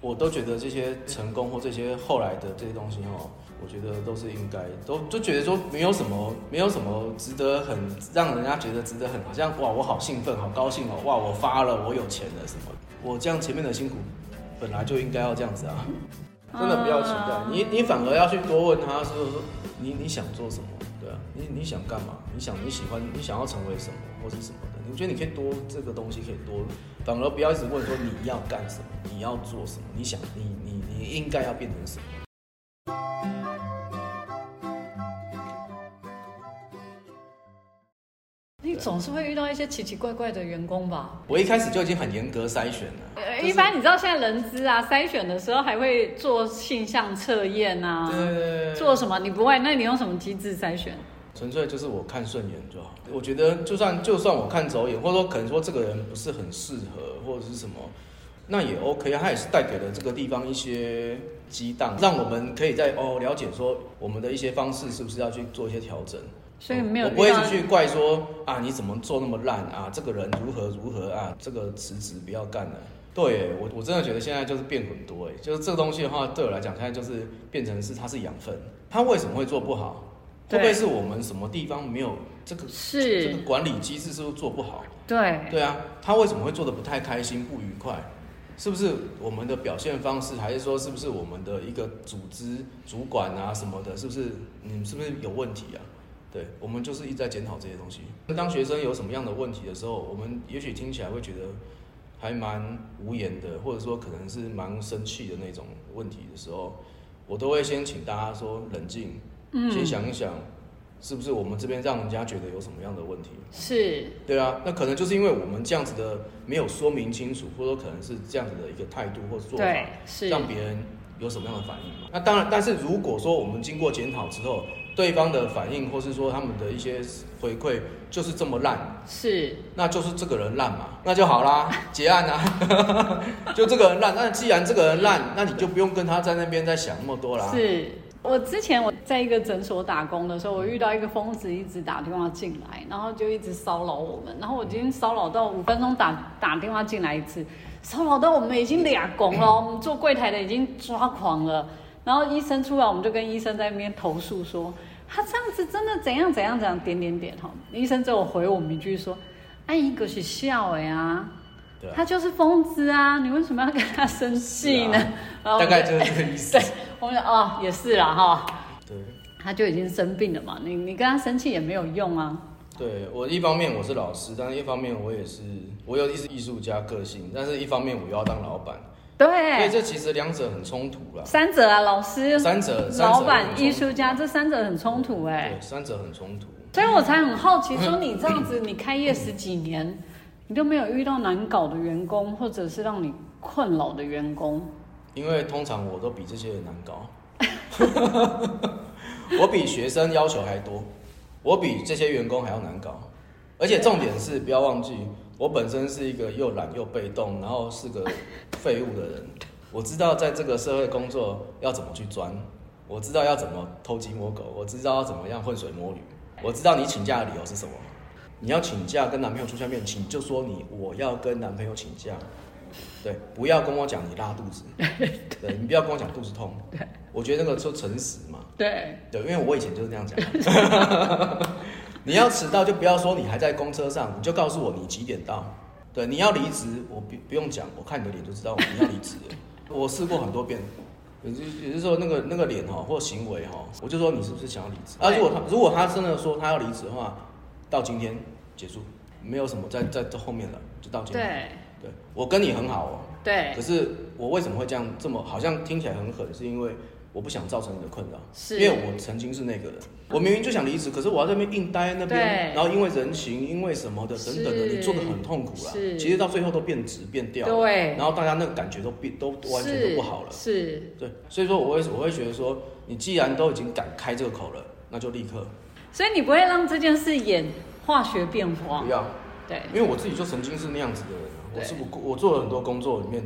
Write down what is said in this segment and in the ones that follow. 我都觉得这些成功或这些后来的这些东西哦，我觉得都是应该，都就觉得说没有什么，没有什么值得很让人家觉得值得很好像哇，我好兴奋，好高兴哦，哇，我发了，我有钱了什么？我这样前面的辛苦本来就应该要这样子啊，真的不要期待，你你反而要去多问他，说说你你想做什么？对啊，你你想干嘛？你想你喜欢你想要成为什么或是什么的？你觉得你可以多这个东西可以多，反而不要一直问说你要干什么，你要做什么，你想你你你应该要变成什么？你总是会遇到一些奇奇怪怪的员工吧？我一开始就已经很严格筛选了，呃，就是一般你知道现在人资啊，筛选的时候还会做性向测验啊，对对对对做什么？你不会，那你用什么机制筛选？纯粹就是我看顺眼就好。我觉得就算就算我看走眼，或者说可能说这个人不是很适合，或者是什么，那也 OK 啊。他也是带给了这个地方一些激荡，让我们可以在哦了解说我们的一些方式是不是要去做一些调整。所以没有哦我不会遇一到直去怪说啊你怎么做那么烂啊，这个人如何如何啊，这个辞职不要干了。对我我真的觉得现在就是变很多哎，就是这个东西的话，对我来讲现在就是变成是它是养分，它为什么会做不好？会对不会是我们什么地方没有这个这是个，管理机制是不是做不好？对，对啊，他为什么会做的不太开心、不愉快？是不是我们的表现方式，还是说是不是我们的一个组织主管啊什么的？是不是你们是不是有问题啊？对，我们就是一直在检讨这些东西。当学生有什么样的问题的时候，我们也许听起来会觉得还蛮无言的，或者说可能是蛮生气的那种问题的时候，我都会先请大家说冷静，嗯先想一想，是不是我们这边让人家觉得有什么样的问题？是，对啊，那可能就是因为我们这样子的没有说明清楚，或者说可能是这样子的一个态度或做对法，，是，让别人有什么样的反应嘛？那当然，但是如果说我们经过检讨之后，对方的反应或是说他们的一些回馈就是这么烂，是，那就是这个人烂嘛，那就好 啦，结案啊， 就这个人烂。那既然这个人烂，那你就不用跟他在那边再想那么多啦。是我之前我在一个诊所打工的时候，我遇到一个疯子一直打电话进来，然后就一直骚扰我们，然后我已经骚扰到五分钟打打电话进来一次，骚扰到我们已经俩拱了，我们做柜台的已经抓狂了。然后医生出来，我们就跟医生在那边投诉说，啊他这样子真的怎样怎样怎样点点点哈。医生只有回我们一句说，阿姨可是笑哎啊，对啊，他就是疯子啊，你为什么要跟他生气呢是啊？然 大后我们概就是这个意思哦对。，我们就哦，也是啦哈，对。他就已经生病了嘛，你你跟他生气也没有用啊。对我一方面我是老师，但是一方面我也是我有是艺术家个性，但是一方面我又要当老板，所以对，这其实两者很冲突啦。三者啊，老师、三者，三者老很板、冲艺术家，这三者很冲突哎、对，三者很冲突。所以我才很好奇，说你这样子，你开业十几年，你都没有遇到难搞的员工，或者是让你困扰的员工，因为通常我都比这些人难搞， 我比学生要求还多，我比这些员工还要难搞，而且重点是不要忘记，我本身是一个又懒又被动，然后是个废物的人。我知道在这个社会工作要怎么去钻，我知道要怎么偷鸡摸狗，我知道要怎么样浑水摸鱼，我知道你请假的理由是什么。你要请假跟男朋友出去外面请，就说你我要跟男朋友请假，对，不要跟我讲你拉肚子，对你不要跟我讲肚子痛，我觉得那个就诚实嘛，对，对，因为我以前就是这样讲。你要迟到就不要说你还在公车上，你就告诉我你几点到。对，你要离职，我不不用讲，我看你的脸就知道你要离职了。我试过很多遍，也就是也就是说那个那个脸哈或行为哈，我就说你是不是想要离职？啊，如果他如果他真的说他要离职的话，到今天结束，没有什么在在这后面了，就到今天。对，对，我跟你很好哦，对可，是我为什么会这样这么好像听起来很狠，是因为我不想造成你的困扰，是因为我曾经是那个人，我明明就想离职，可是我要在那边硬待在那边，对然后因为人情，因为什么的等等的，是你做的很痛苦啦。是其实到最后都变直变掉了，对然后大家那个感觉都变都都完全都不好了，是。是对，所以说我会我会觉得说，你既然都已经敢开这个口了，那就立刻所以你不会让这件事演化学变化不，要，对，因为我自己就曾经是那样子的人啊，我对是我我做了很多工作里面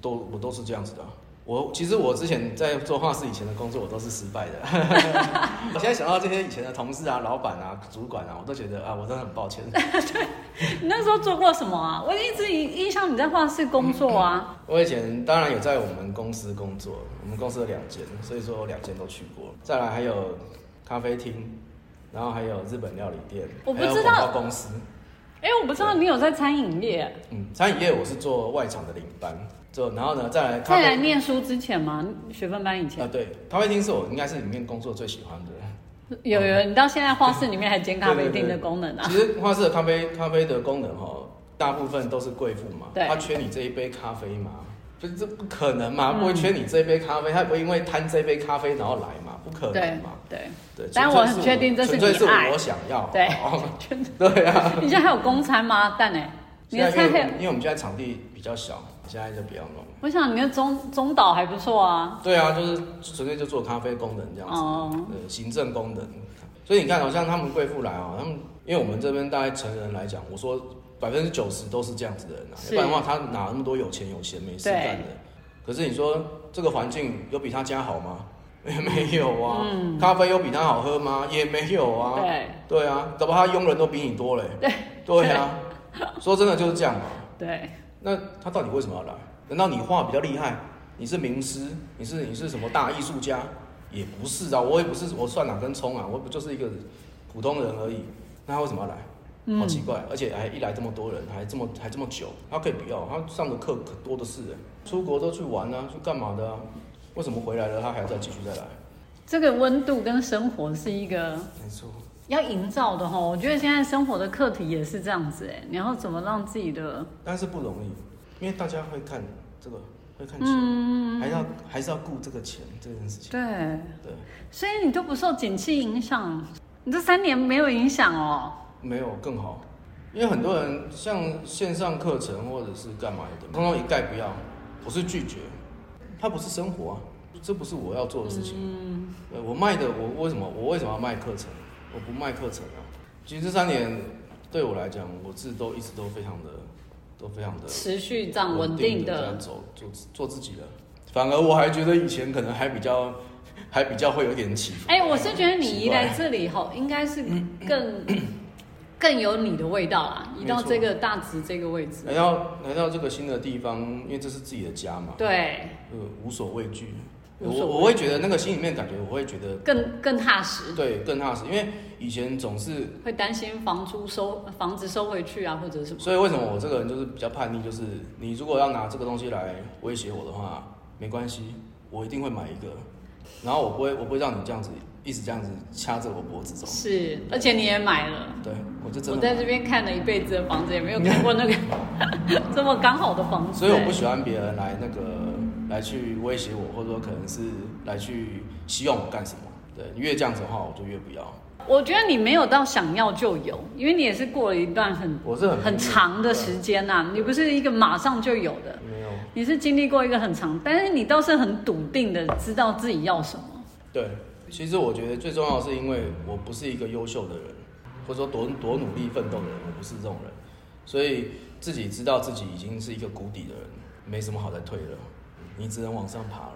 都我都是这样子的啊、我其实我之前在做画室以前的工作，我都是失败的。 我现在想到这些以前的同事啊、老板啊、主管啊，我都觉得啊，我真的很抱歉。 你那时候做过什么啊？我一直印印象你在画室工作啊。我以前当然有在我们公司工作，我们公司有两间，所以说我两间都去过。再来还有咖啡厅，然后还有日本料理店，我不还有知道广告公司。哎、我不知道你有在餐饮业，嗯，餐饮业我是做外场的领班，就然后呢，再来咖在啡来念书之前吗？学分班以啊，前对，咖啡厅是我应该是里面工作最喜欢 的。嗯有有，你到现在画室里面还兼咖对啡对厅对的功能啊其。实花式的咖啡咖啡的功能哈，大部分都是贵妇嘛，对他缺你这一杯咖啡嘛，不是这不可能嗯嘛，不会缺你这一杯咖啡，他不会因为贪这杯咖啡然后来嘛，不可能对嘛。对对，但纯粹我很确定这是纯粹你是爱我想要。对 哦真的对啊。你现在还有公餐吗？蛋哎、你的现在餐因还为有？因为我们现在场地比较小，现在就比较弄。我想你的中中岛还不错啊。对啊，就是纯粹就做咖啡功能这样子，哦呃，行政功能。所以你看、哦，好像他们贵妇来哦，他们因为我们这边大概成人来讲，我说百分之九十都是这样子的人啊，是要不然的话他哪那么多有钱有闲没事对干的？可是你说这个环境有比他家好吗？ 也没有啊，咖啡有比他好喝吗？也没有啊，对对啊，搞不好他佣人都比你多嘞，对对啊，说真的就是这样嘛。对，那他到底为什么要来？难道你画比较厉害？你是名师？你是你是什么大艺术家？也不是啊，我也不是我算哪根葱啊，我不就是一个普通人而已。那他为什么要来？好奇怪，而且还一来这么多人，还这么还这么久，他可以不要，他上的课可多的是欸，出国都去玩啊，去干嘛的啊？为什么回来了他还要再继续再来？这个温度跟生活是一个没错，要营造的哈。我觉得现在生活的课题也是这样子哎、你要怎么让自己的但是不容易，因为大家会看这个，会看钱，还要还是要顾这个钱这件事情，对，对。所以你都不受景气影响，你这三年没有影响哦。没有更好，因为很多人像线上课程或者是干嘛的，通通一概不要，我是拒绝，它不是生活啊，这不是我要做的事情。呃我卖的我为什么我为什么要卖课程？我不卖课程啊。其实这三年对我来讲，我自己都一直都非常的都非常的持续这样稳定定的在的，走做做自己的，反而我还觉得以前可能还比较还比较会有点起伏。哎、我是觉得你移奇怪来这里后，应该是更更有你的味道啦，移到没错哎这个大直这个位置，来到来到这个新的地方，因为这是自己的家嘛，对，呃，无所畏惧。无我所畏惧我会觉得那个心里面感觉，我会觉得更更踏实。对更踏实，因为以前总是，会担心房租收房子收回去啊，或者什么。所以为什么我这个人就是比较叛逆，就是你如果要拿这个东西来威胁我的话，没关系，我一定会买一个，然后我不会我不会让你这样子一直这样子掐着我脖子走，是，而且你也买了。对我就我真的在买，这边看了一辈子的房子，也没有看过 那个这么刚好的房子。所以我不喜欢别人来那个来去威胁我，或者说可能是来去希望我干什么，对，你越这样子的话，我就越不要。我觉得你没有到想要就有，因为你也是过了一段很我是很很长的时间呐、你不是一个马上就有的，没有，你是经历过一个很长，但是你倒是很笃定的知道自己要什么。对，其实我觉得最重要的是因为我不是一个优秀的人，或者说多多努力奋斗的人，我不是这种人，所以自己知道自己已经是一个谷底的人，没什么好再退了，你只能往上爬了。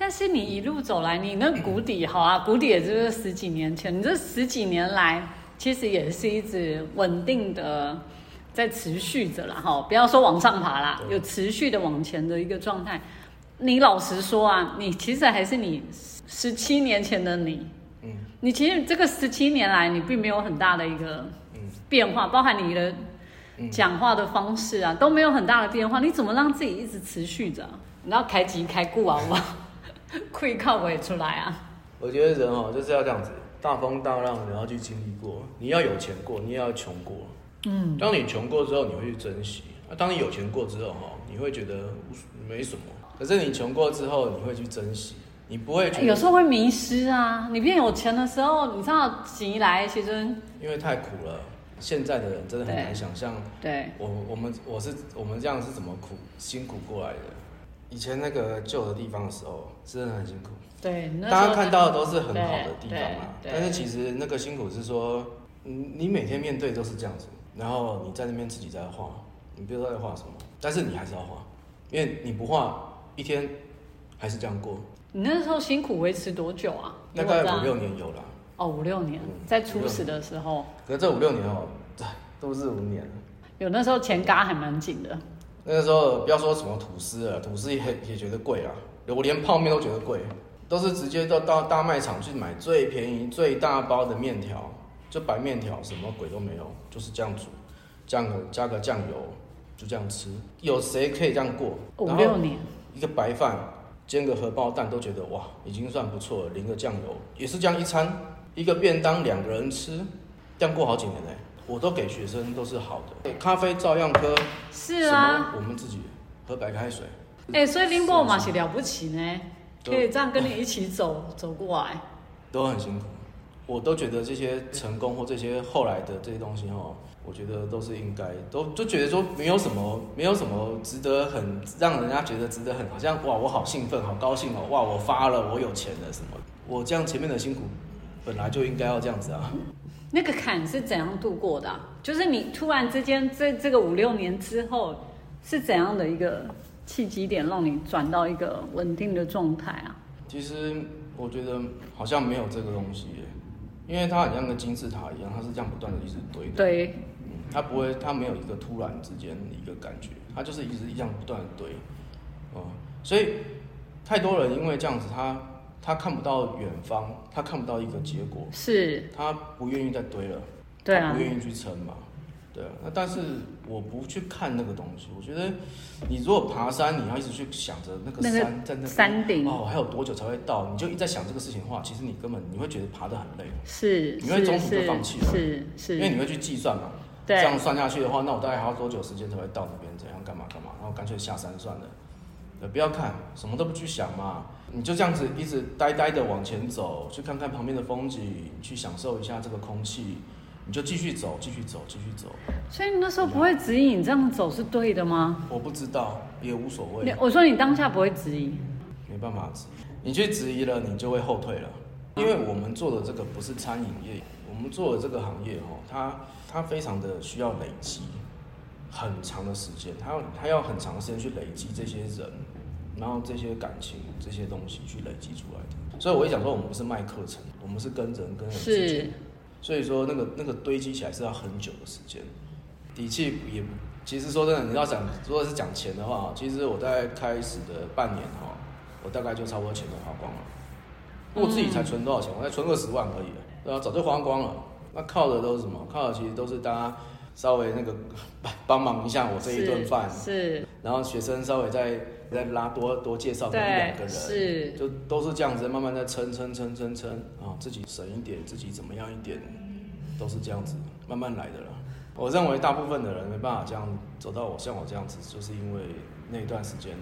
但是你一路走来，你那谷底好啊，谷底也就是十几年前，你这十几年来其实也是一直稳定的在持续着啦，哈，不要说往上爬啦，对有持续的往前的一个状态。你老实说啊，你其实还是你十七年前的你，嗯你其实这个十七年来你并没有很大的一个嗯，变化，包含你的嗯讲话的方式啊，都没有很大的变化。你怎么让自己一直持续着啊、你知道开机开顾啊，我 愧靠我也出来啊。我觉得人哦就是要这样子，大风大浪你要去经历过，你要有钱过，你也要穷过。嗯，当你穷过之后，你会去珍惜；啊，当你有钱过之后哈，你会觉得无所没什么。可是你穷过之后，你会去珍惜，你不会觉有得时候会迷失啊。你变有钱的时候，你知道急来其实因为太苦了，现在的人真的很难对想象对我我们我是我们这样是怎么苦辛苦过来的。以前那个旧的地方的时候，真的很辛苦。对，那时候大家看到的都是很好的地方嘛，对对对但是其实那个辛苦是说，嗯你每天面对都是这样子，然后你在那边自己在画，你不知道在画什么，但是你还是要画，因为你不画，一天还是这样过，你那时候辛苦维持多久啊？大如果概这样五六年有了。哦，五六年嗯，在初始的时候，可是这五六年哦，唉都是五年了。有那时候钱嘎还蛮紧的。那时候不要说什么吐司了，吐司也也觉得贵啊，我连泡面都觉得贵，都是直接到到大卖场去买最便宜最大包的面条，就白面条，什么鬼都没有，就是这样煮，酱油加个酱油，就这样吃。有谁可以这样过？五然后六年，一个白饭煎个荷包蛋都觉得哇，已经算不错了，淋个酱油也是这样一餐，一个便当两个人吃，这样过好几年嘞、我都给学生都是好的，欸咖啡照样喝。是啊，，我们自己喝白开水，哎、所以林博嘛是了不起呢，都可以这样跟你一起走走过来。都很辛苦。我都觉得这些成功或这些后来的这些东西哦，我觉得都是应该，都就觉得说没有什么，没有什么值得很让人家觉得值得很，好像哇，我好兴奋，好高兴哦，哇，我发了，我有钱了什么的？我这样前面的辛苦本来就应该要这样子啊。那个坎是怎样度过的啊、就是你突然之间这这个五六年之后，是怎样的一个契机点让你转到一个稳定的状态啊？其实我觉得好像没有这个东西耶，因为它很像个金字塔一样，它是这样不断的一直堆的。对，嗯，它不会，它没有一个突然之间的一个感觉，它就是一直这样不断的堆，哦、所以太多人因为这样子，他他看不到远方，他看不到一个结果，是，他不愿意再堆了，对他啊不，愿意去撑嘛，对啊。那但是我不去看那个东西，我觉得你如果爬山，你要一直去想着那个那个山在那边山顶哦，还有多久才会到，你就一直在想这个事情的话，其实你根本你会觉得爬得很累，是，你会是中途就是放弃了是因为是，你会去计算嘛。这对，样算下去的话，那我大概还要多久时间才会到那边？怎样干嘛干嘛？然后干脆下山算了，对，不要看，什么都不去想嘛，你就这样子一直呆呆的往前走，去看看旁边的风景，去享受一下这个空气，你就继续走，继续走，继续走。所以你那时候不会质疑你这样走是对的吗？我不知道，也无所你谓，我说你当下不会质疑，没办法质疑，你去质疑了，你就会后退了。因为我们做的这个不是餐饮业，我们做的这个行业哦，它它非常的需要累积很长的时间，它要它要很长的时间去累积这些人，然后这些感情这些东西去累积出来的。所以我会讲说，我们不是卖课程，我们是跟人跟人之间是，所以说那个那个堆积起来是要很久的时间，底气也不其实说真的，你要讲如果是讲钱的话，其实我在开始的半年哈，我大概就差不多钱都花光了。我自己才存多少钱？我才存二十万而已，对啊，早就花光了。那靠的都是什么？靠的其实都是大家稍微那个帮忙一下我这一顿饭，是，然后学生稍微再再拉多多介绍给一两个对，人，是，就都是这样子，慢慢在撑撑撑撑撑啊，自己省一点，自己怎么样一点，都是这样子，慢慢来的啦。我认为大部分的人没办法这样走到我像我这样子，就是因为那一段时间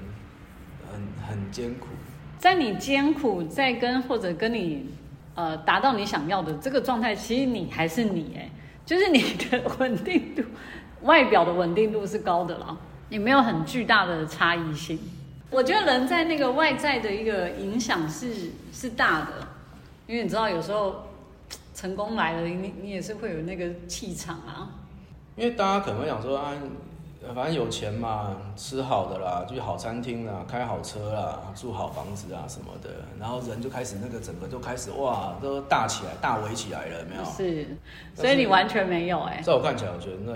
很很艰苦。在你艰苦在跟或者跟你呃达到你想要的这个状态，其实你还是你哎、就是你的稳定度，外表的稳定度是高的啦，你没有很巨大的差异性。我觉得人在那个外在的一个影响是是大的，因为你知道有时候成功来了，你你也是会有那个气场啊。因为大家可能会想说啊，反正有钱嘛，吃好的啦，去好餐厅啦，开好车啦，住好房子啊什么的，然后人就开始那个整个就开始哇，都大起来，大围起来了，有没有？是，但是所以你完全没有哎、在我看起来，我觉得那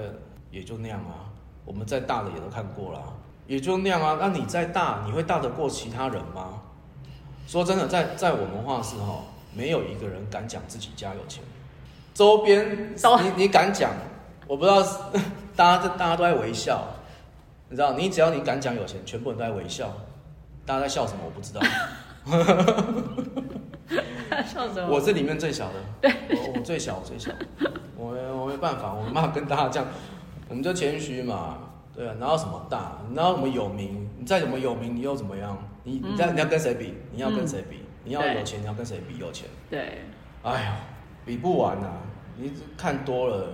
也就那样啊。我们再大的也都看过啦，也就那样啊。那你再大，你会大得过其他人吗？说真的，在在我们画室哈，没有一个人敢讲自己家有钱。周边都你你敢讲，我不知道，大家大家都在微笑，你知道，你只要你敢讲有钱，全部人都在微笑，大家在笑什么我不知道。 笑什么？我是里面最小的，我我最小，我最小，我没我没办法，我没办法跟大家这样，我们就谦虚嘛，对啊，哪有什么大，哪有什么有名，你再怎么有名，你又怎么样？你你再你要跟谁比？你要跟谁比？你要有钱，你要跟谁比？有钱，对。哎呀，比不完呐、啊你看多了，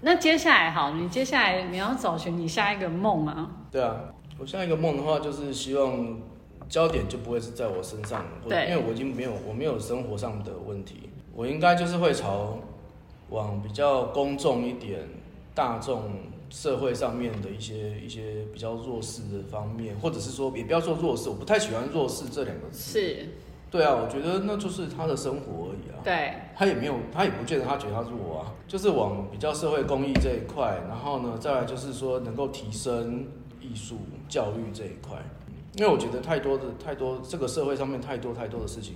那接下来好，你接下来你要找寻你下一个梦啊，对啊，我下一个梦的话就是希望。焦点就不会是在我身上，我对因为我已经没有我没有生活上的问题，我应该就是会朝往比较公众一点、大众社会上面的一些一些比较弱势的方面，或者是说也不要说弱势，我不太喜欢弱势这两个字。是，对啊，我觉得那就是他的生活而已啊。对，他也没有，他也不见得他觉得他弱啊，就是往比较社会公益这一块，然后呢，再来就是说能够提升艺术教育这一块，因为我觉得太多的太多这个社会上面太多太多的事情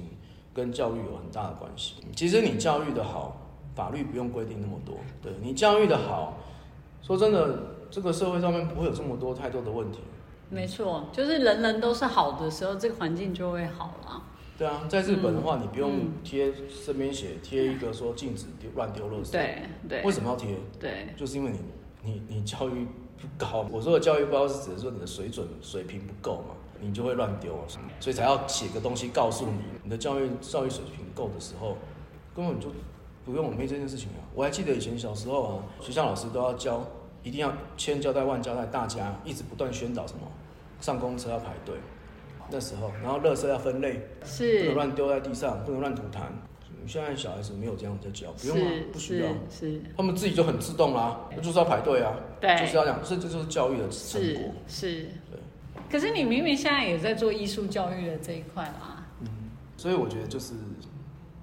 跟教育有很大的关系。其实你教育的好，法律不用规定那么多，对你教育的好，说真的，这个社会上面不会有这么多太多的问题。没错，就是人人都是好的时候，这个环境就会好了。对啊，在日本的话，你不用嗯贴身边写贴一个说禁止丢乱丢垃圾，，对对为什么要贴？对，就是因为你你你教育不高，我说的教育不高是指的说你的水准水平不够嘛，你就会乱丢，啊所以才要写个东西告诉你，你的教育教育水平够的时候，根本就不用我妹这件事情啊。我还记得以前小时候啊，学校老师都要教，一定要千交代万交代大家，一直不断宣导什么上公车要排队，那时候，然后垃圾要分类，不能是乱丢在地上，不能乱吐痰。现在小孩子没有这样在教，不用啊是，不需要。是是他们自己就很自动啦、就是要排队啊，对就是要讲，这这就是教育的成是果，是，对，可是你明明现在也在做艺术教育的这一块啦。嗯，所以我觉得就是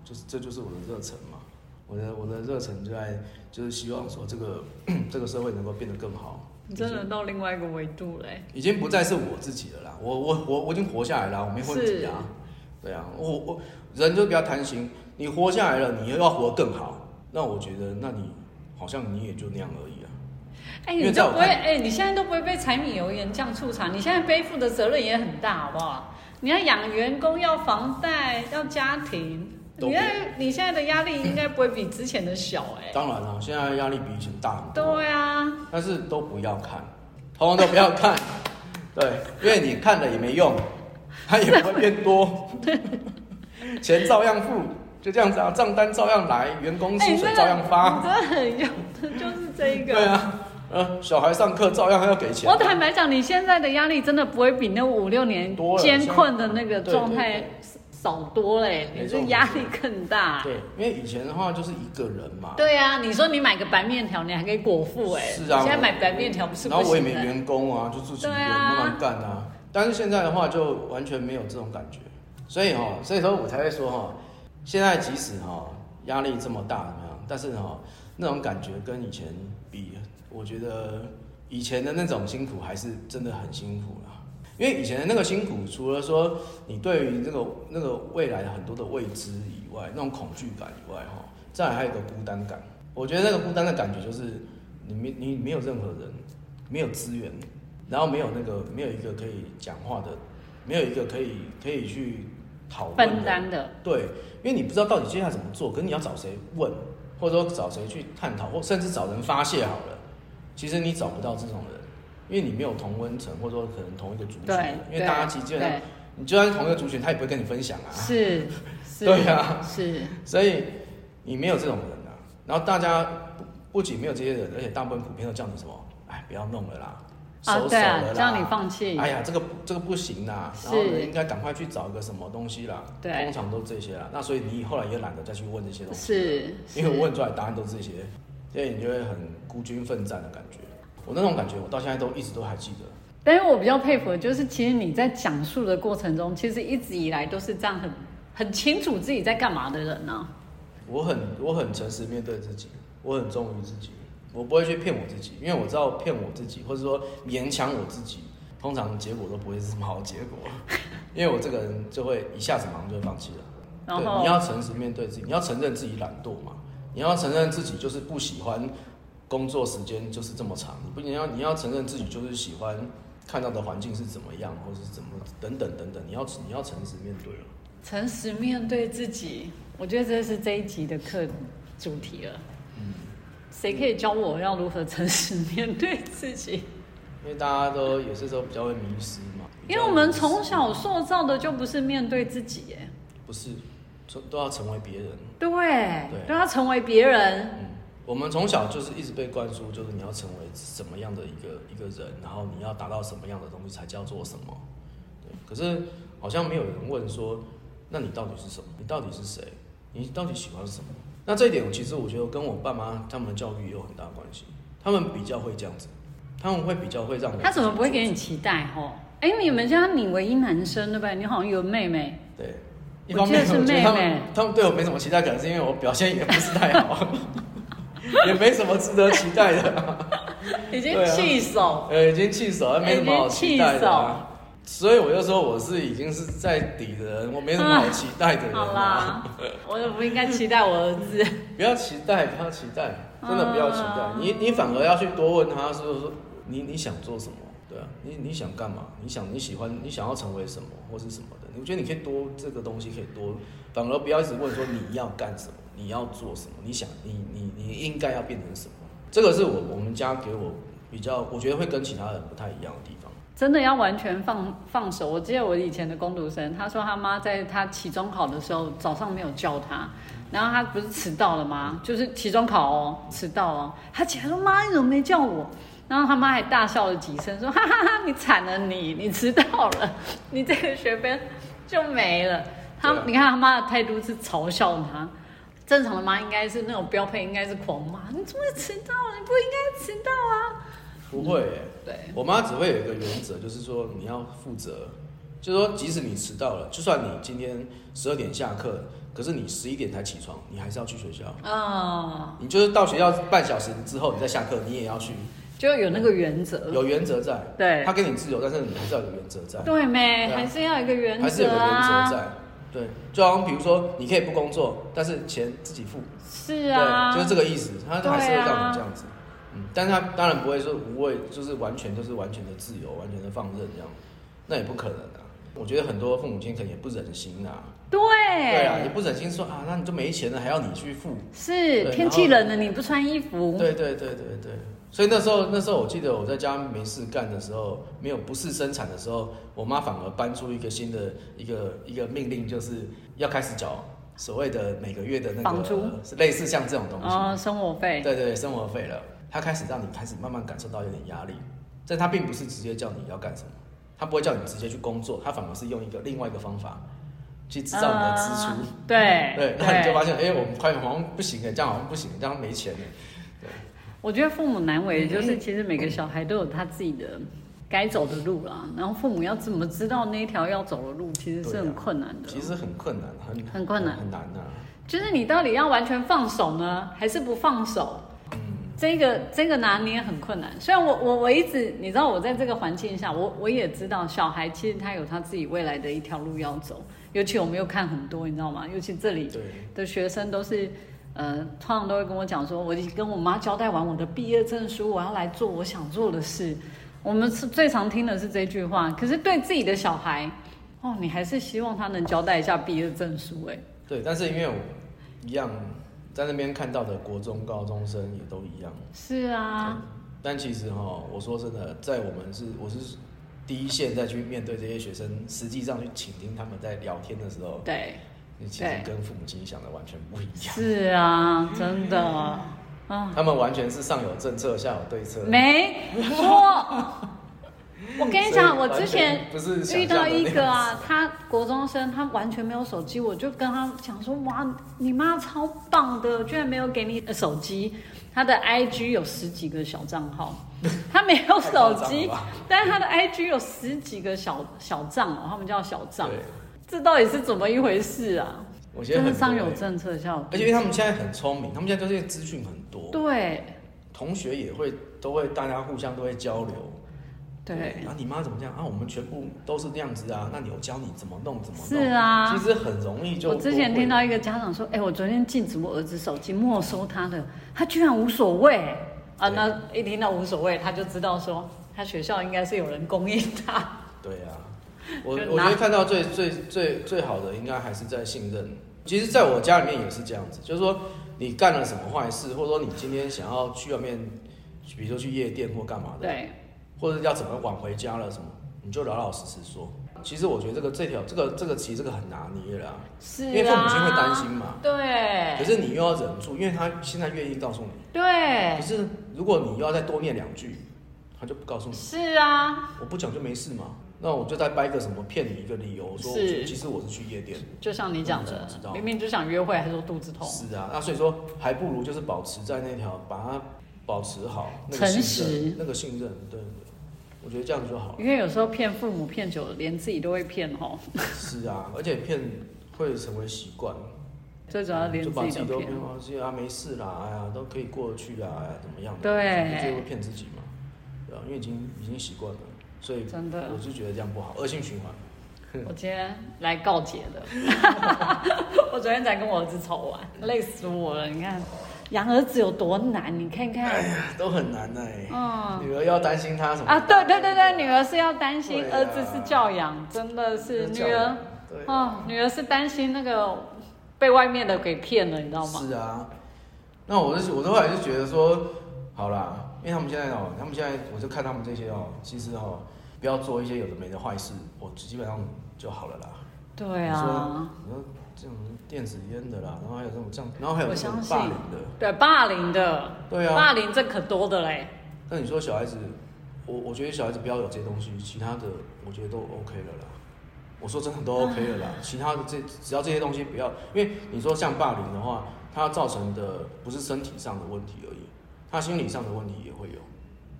就是这就是我的热忱嘛，我的我的热忱就在就是希望说这个 这个社会能够变得更好，你真的到另外一个维度嘞、已经不再是我自己了啦，我我我我已经活下来了，我没问题啊，对啊，我我人就比较贪心，你活下来了，你又要活得更好，那我觉得那你好像你也就那样而已啊，哎、因为你在都我不会，看哎、你现在都不会被柴米油盐酱醋茶，你现在背负的责任也很大，好不好？你要养员工，要房贷，要家庭，都不你要在你现在的压力应该不会比之前的小、哎、当然了、现在压力比以前大很多。对啊，但是都不要看，通通都不要看， 对，因为你看了也没用， 它也不会变多，钱照样付，就这样子啊，账单照样来，员工哎、薪你水真照样的，发，你真的很用， 就是这一个。对啊，呃，小孩上课照样还要给钱我，坦白讲，你现在的压力真的不会比那五六年多了艰困的那个对状对态对少多了、哎，没你错这压力更大、对，因为以前的话就是一个人嘛，对啊，你说你买个白面条，你还可以果腹哎、是啊，你现在我买白面条不是然不后我也没行的。员工啊，就自己一个人对啊慢慢干啊。但是现在的话，就完全没有这种感觉，所以哈、哦，所以说我才会说哈、哦，现在即使哈、哦、压力这么大怎么样，但是哈、哦、那种感觉跟以前比，我觉得以前的那种辛苦还是真的很辛苦啦。因为以前的那个辛苦，除了说你对于那个那个未来很多的未知以外，那种恐惧感以外，哈，再来还有一个孤单感。我觉得那个孤单的感觉就是你没你没有任何人，没有资源，然后没有那个没有一个可以讲话的，没有一个可以可以去讨论分的，担的，对，因为你不知道到底接下来怎么做，可是你要找谁问，或者说找谁去探讨，或甚至找人发泄好了。其实你找不到这种人，因为你没有同温层，或者说可能同一个族群对，，啊因为大家其实基对本上你就算是同一个族群，他也不会跟你分享啊。是是，对啊是所以你没有这种人啊。然后大家不不仅没有这些人，而且大部分普遍都叫你什么？哎，不要弄了啦，收啊，手对啊了啦。，叫你放弃，哎呀，这个这个不行啦，是然后呢应该赶快去找一个什么东西啦。对通常都这些啦。那所以你后来也懒得再去问这些东西，是是因为我问出来答案都是这些，所以你就会很孤军奋战的感觉。我那种感觉，我到现在都一直都还记得。但是我比较佩服的就是，其实你在讲述的过程中，其实一直以来都是这样很很清楚自己在干嘛的人啊呢、我很我很诚实面对自己，我很忠于自己，我不会去骗我自己，因为我知道骗我自己，或者说勉强我自己，通常结果都不会是什么好结 果，因为我这个人就会一下子马上就会放弃了。然对，后你要诚实面对自己，你要承认自己懒惰嘛，你要承认自己就是不喜欢工作时间就是这么长，你不你要你要承认自己就是喜欢看到的环境是怎么样，或是怎么等等等等，你要你要诚实面对了。诚实面对自己，我觉得这是这一集的课主题了。嗯谁可以教我要如何诚实面对自己？因为大家都也是都比较会迷失嘛。因为我们从小塑造的就不是面对自己耶，不是从都要成为别人，对，对都要成为别人，嗯，我们从小就是一直被灌输，就是你要成为什么样的一个一个人，然后你要达到什么样的东西才叫做什么。对，可是好像没有人问说，那你到底是什么？你到底是谁？你到底喜欢什么？那这一点，其实我觉得跟我爸妈他们的教育也有很大关系。他们比较会这样子，他们会比较会让我他怎么不会给你期待吼？哎，你们家你唯一男生对不对？你好像有妹妹，对，我一方面记得是我觉得他们妹妹他们对我没什么期待，可能是因为我表现也不是太好，也没什么值得期待的、已经对啊气手，呃，已经气死了，没什么好期待的、已经啊。所以我就说我是已经是在底的人，我没什么好期待的人、好啊。啦，我也不应该期待我儿子。不要期待，不要期待，真的不要期待。啊你你反而要去多问他，说说你你想做什么？对啊，你你想干嘛？你想你喜欢你想要成为什么或是什么的？我觉得你可以多这个东西可以多，反而不要一直问说你要干什么，你要做什么，你想你你你应该要变成什么？这个是我我们家给我比较，我觉得会跟其他人不太一样的地方。真的要完全放放手。我记得我以前的工读生，他说他妈在他期中考的时候早上没有叫他，然后他不是迟到了吗？就是期中考哦，迟到哦，他起来说妈你怎么没叫我？然后他妈还大笑了几声，说哈哈哈你惨了你，你迟到了， 你这个学分就没了。他、对啊你看他妈的态度是嘲笑他。正常的妈应该是那种标配，应该是狂骂，你怎么会迟到？你不应该迟到啊！不会耶、对，我妈只会有一个原则，就是说你要负责，就是说即使你迟到了，就算你今天十二点下课，可是你十一点才起床，你还是要去学校。啊、你就是到学校半小时之后，你再下课，你也要去，就有那个原则。有原则在。嗯对她给你自由，但是你还是要有原则在，对没？对啊还是要有一个原还是有则个原啊。则在。对，就好像比如说，你可以不工作，但是钱自己付。是啊，对，就是这个意思。他还是会对让啊你这样子，嗯，但是他当然不会说无畏，就是完全就是完全的自由，完全的放任这样，那也不可能啊。我觉得很多父母亲可能也不忍心啊，对。对啊，也不忍心说啊，那你就没钱了，还要你去付，是对天气冷了，你不穿衣服，对对对对对。所以那时候，那时候我记得我在家没事干的时候，没有不是生产的时候，我妈反而搬出一个新的一个一个命令，就是要开始缴所谓的每个月的那个房租是类似像这种东西。哦，生活费，对对，生活费了，他开始让你开始慢慢感受到有点压力，但他并不是直接叫你要干什么，他不会叫你直接去工作，他反而是用一个另外一个方法去制造你的支出。啊对 对，那你就发现，哎、我们快好像不行欸了，这样好像不行，欸这样没钱了。我觉得父母难嗯为，就是其实每个小孩都有他自己的该走的路啦，然后父母要怎么知道那一条要走的路，其实是对啊很困难的。其实很困难，很很困难很难啊。就是你到底要完全放手呢，还是不放手？这个这个拿捏很困难。虽然我我我一直你知道我在这个环境下，我我也知道小孩其实他有他自己未来的一条路要走。尤其我们又看很多，你知道吗？尤其这里对，的学生都是，呃，通常都会跟我讲说，我已经跟我妈交代完我的毕业证书，我要来做我想做的事。我们是最常听的是这句话，可是对自己的小孩，哦，你还是希望他能交代一下毕业证书、哎。对，但是因为我一样在那边看到的国中高中生也都一样。是啊，但其实哈，我说真的，在我们是我是第一线再去面对这些学生，实际上去倾听他们在聊天的时候，对，你其实跟父母亲想的完全不一样。是啊，真的啊，他们完全是上有政策，下有对策。没错。我跟你讲，我之前所以完全不是想遇象的到那一样个啊，他国中生，他完全没有手机，我就跟他讲说，哇，你妈超棒的，居然没有给你手机。他的 IG 有十几个小账号，他没有太夸手张机了吧，但是他的 IG 有十几个小小账哦，他们叫小账，对，这到底是怎么一回事啊？我觉得真很的上有多欸政策，下有而且因为他们现在很聪明，他们现在就是资讯很多，对同学也会都会大家互相都会交流。对，然后你妈怎么这样啊？我们全部都是这样子啊，那你有教你怎么弄怎么弄？是啊其实很容易就我之前都会听到一个家长说：“哎、我昨天禁止我儿子手机，没收他的，他居然无所谓啊！”对那一听到无所谓，他就知道说他学校应该是有人供应 他。对 啊，我就我拿觉得看到最最最最好的，应该还是在信任。其实，在我家里面也是这样子，就是说你干了什么坏事，或者说你今天想要去外面，比如说去夜店或干嘛的，对，或者要怎么晚回家了什么，你就老老实实说。其实我觉得这个这条这个这个其实这个很拿捏啦，是、啊，因为父母亲会担心嘛。可对，是你又要忍住，因为他现在愿意告诉你。可对，是如果你又要再多念两句，他就不告诉你。是啊，我不讲就没事嘛，那我就再掰个什么骗你一个理由，我说我是其实我是去夜店。就像你讲我的怎么知道，明明就想约会，还说肚子痛。是啊，那所以说还不如就是保持在那条，把它保持好那个诚信任实那个信任，对对，我觉得这样就好了。因为有时候骗父母骗久了，连自己都会骗哦。是啊，而且骗会成为习惯，最主要连就自把己自己都都骗骗哦。忘记啊，没事啦，哎呀，都可以过得去啊，哎呀，怎么样的？对就会骗自己嘛，对啊，因为已经已经习惯了，所以真的我，是觉得这样不好，恶性循环。我今天来告解了。 我昨天才跟我儿子吵完，累死我了。你看，养儿子有多难，你看看。 都很难哎、嗯女儿要担心她什么啊，对对对对，女儿是要担心，对啊儿子是教养，真的是女儿，对哦，女儿是担心那个被外面的给骗了，你知道吗？是啊，那我是我的后来就觉得说，好啦，因为他们现在哦，他们现在我就看他们这些哦，其实哦，不要做一些有的没的坏事，我基本上就好了啦。对你啊说，你说这种电子烟的啦，然后还有这种这样，然后还有我这种相信霸凌的，对霸凌的，对啊霸凌这可多的嘞，那你说小孩子，我我觉得小孩子不要有这些东西，其他的我觉得都 OK 了啦。我说真的啊都 OK 了啦，其他的这只要这些东西不要，因为你说像霸凌的话，它造成的不是身体上的问题而已，它心理上的问题也会有。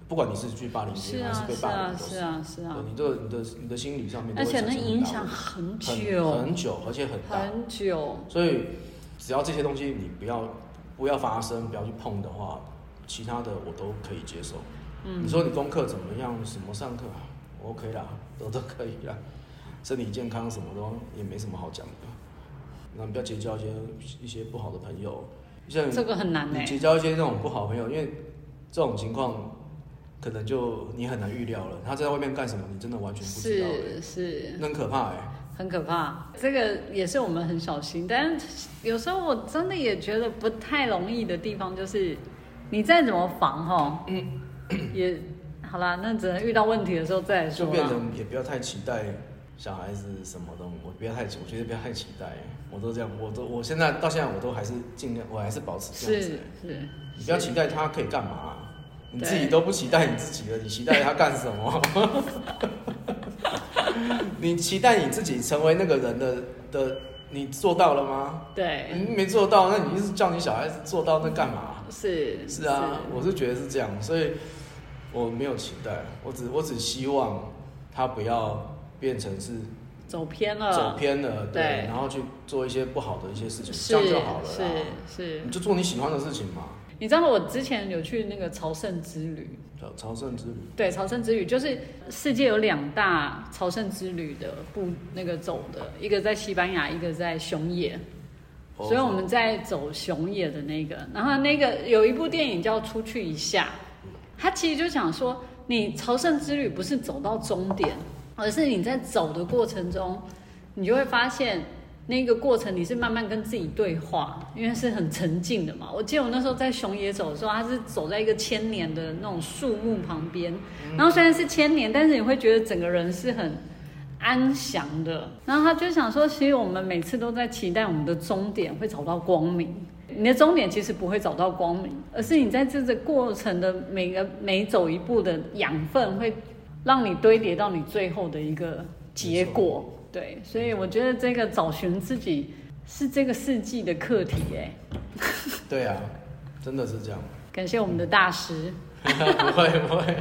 不管你是去霸凌别是人、啊还是被是霸凌啊都是是，啊是啊对，你的你的你的心理上面都而会且产生那很大的影响很很久很久，而且很大。很久，所以只要这些东西你不要不要发生，不要去碰的话，其他的我都可以接受。嗯你，说你功课怎么样？什么上课我？OK 啦， 都都可以啦。身体健康什么都也没什么好讲的。那不要结交一些一些不好的朋友，像这个很难欸你嘞，结交一些那种不好的朋友，因为这种情况可能就你很难预料了。他在外面干什么，你真的完全不知道、欸，是是。那很可怕哎、很可怕，这个也是我们很小心。但是有时候我真的也觉得不太容易的地方，就是你再怎么防哦， 也好啦，那只能遇到问题的时候再来就说变啦。成也不要太期待小孩子什么东西，我不要太期，我觉得不要太期待，我都这样，我都我现在到现在我都还是尽量，我还是保持这是样子。哎是，你不要期待他可以干嘛、你自己都不期待你自己了，你期待他干什 么？你期待你自己成为那个人的的，你做到了吗？对，你没做到，那你一直叫你小孩子做到，那干嘛、是是啊，我是觉得是这样，所以我没有期待，我只我只希望他不要变成是走偏了，走偏了，对，对然后去做一些不好的一些事情，是这样就好了是啦。是你，就做你喜欢的事情嘛。你知道我之前有去那个朝圣之旅，朝朝圣之旅，对，朝圣之旅就是世界有两大朝圣之旅的步那个走的，一个在西班牙，一个在熊野。哦所以我们在走熊野的那个，然后那个有一部电影叫《出去一下》，它其实就讲说，你朝圣之旅不是走到终点，而是你在走的过程中，你就会发现那个过程你是慢慢跟自己对话，因为是很沉静的嘛。我记得我那时候在熊野走的时候，它是走在一个千年的那种树木旁边，然后虽然是千年，但是你会觉得整个人是很安详的。然后他就想说，其实我们每次都在期待我们的终点会找到光明。你的终点其实不会找到光明，而是你在这个过程的每个每走一步的养分，会让你堆叠到你最后的一个结果。对，所以我觉得这个找寻自己是这个世纪的课题。哎， 对啊，真的是这样，感谢我们的大师。不会不会，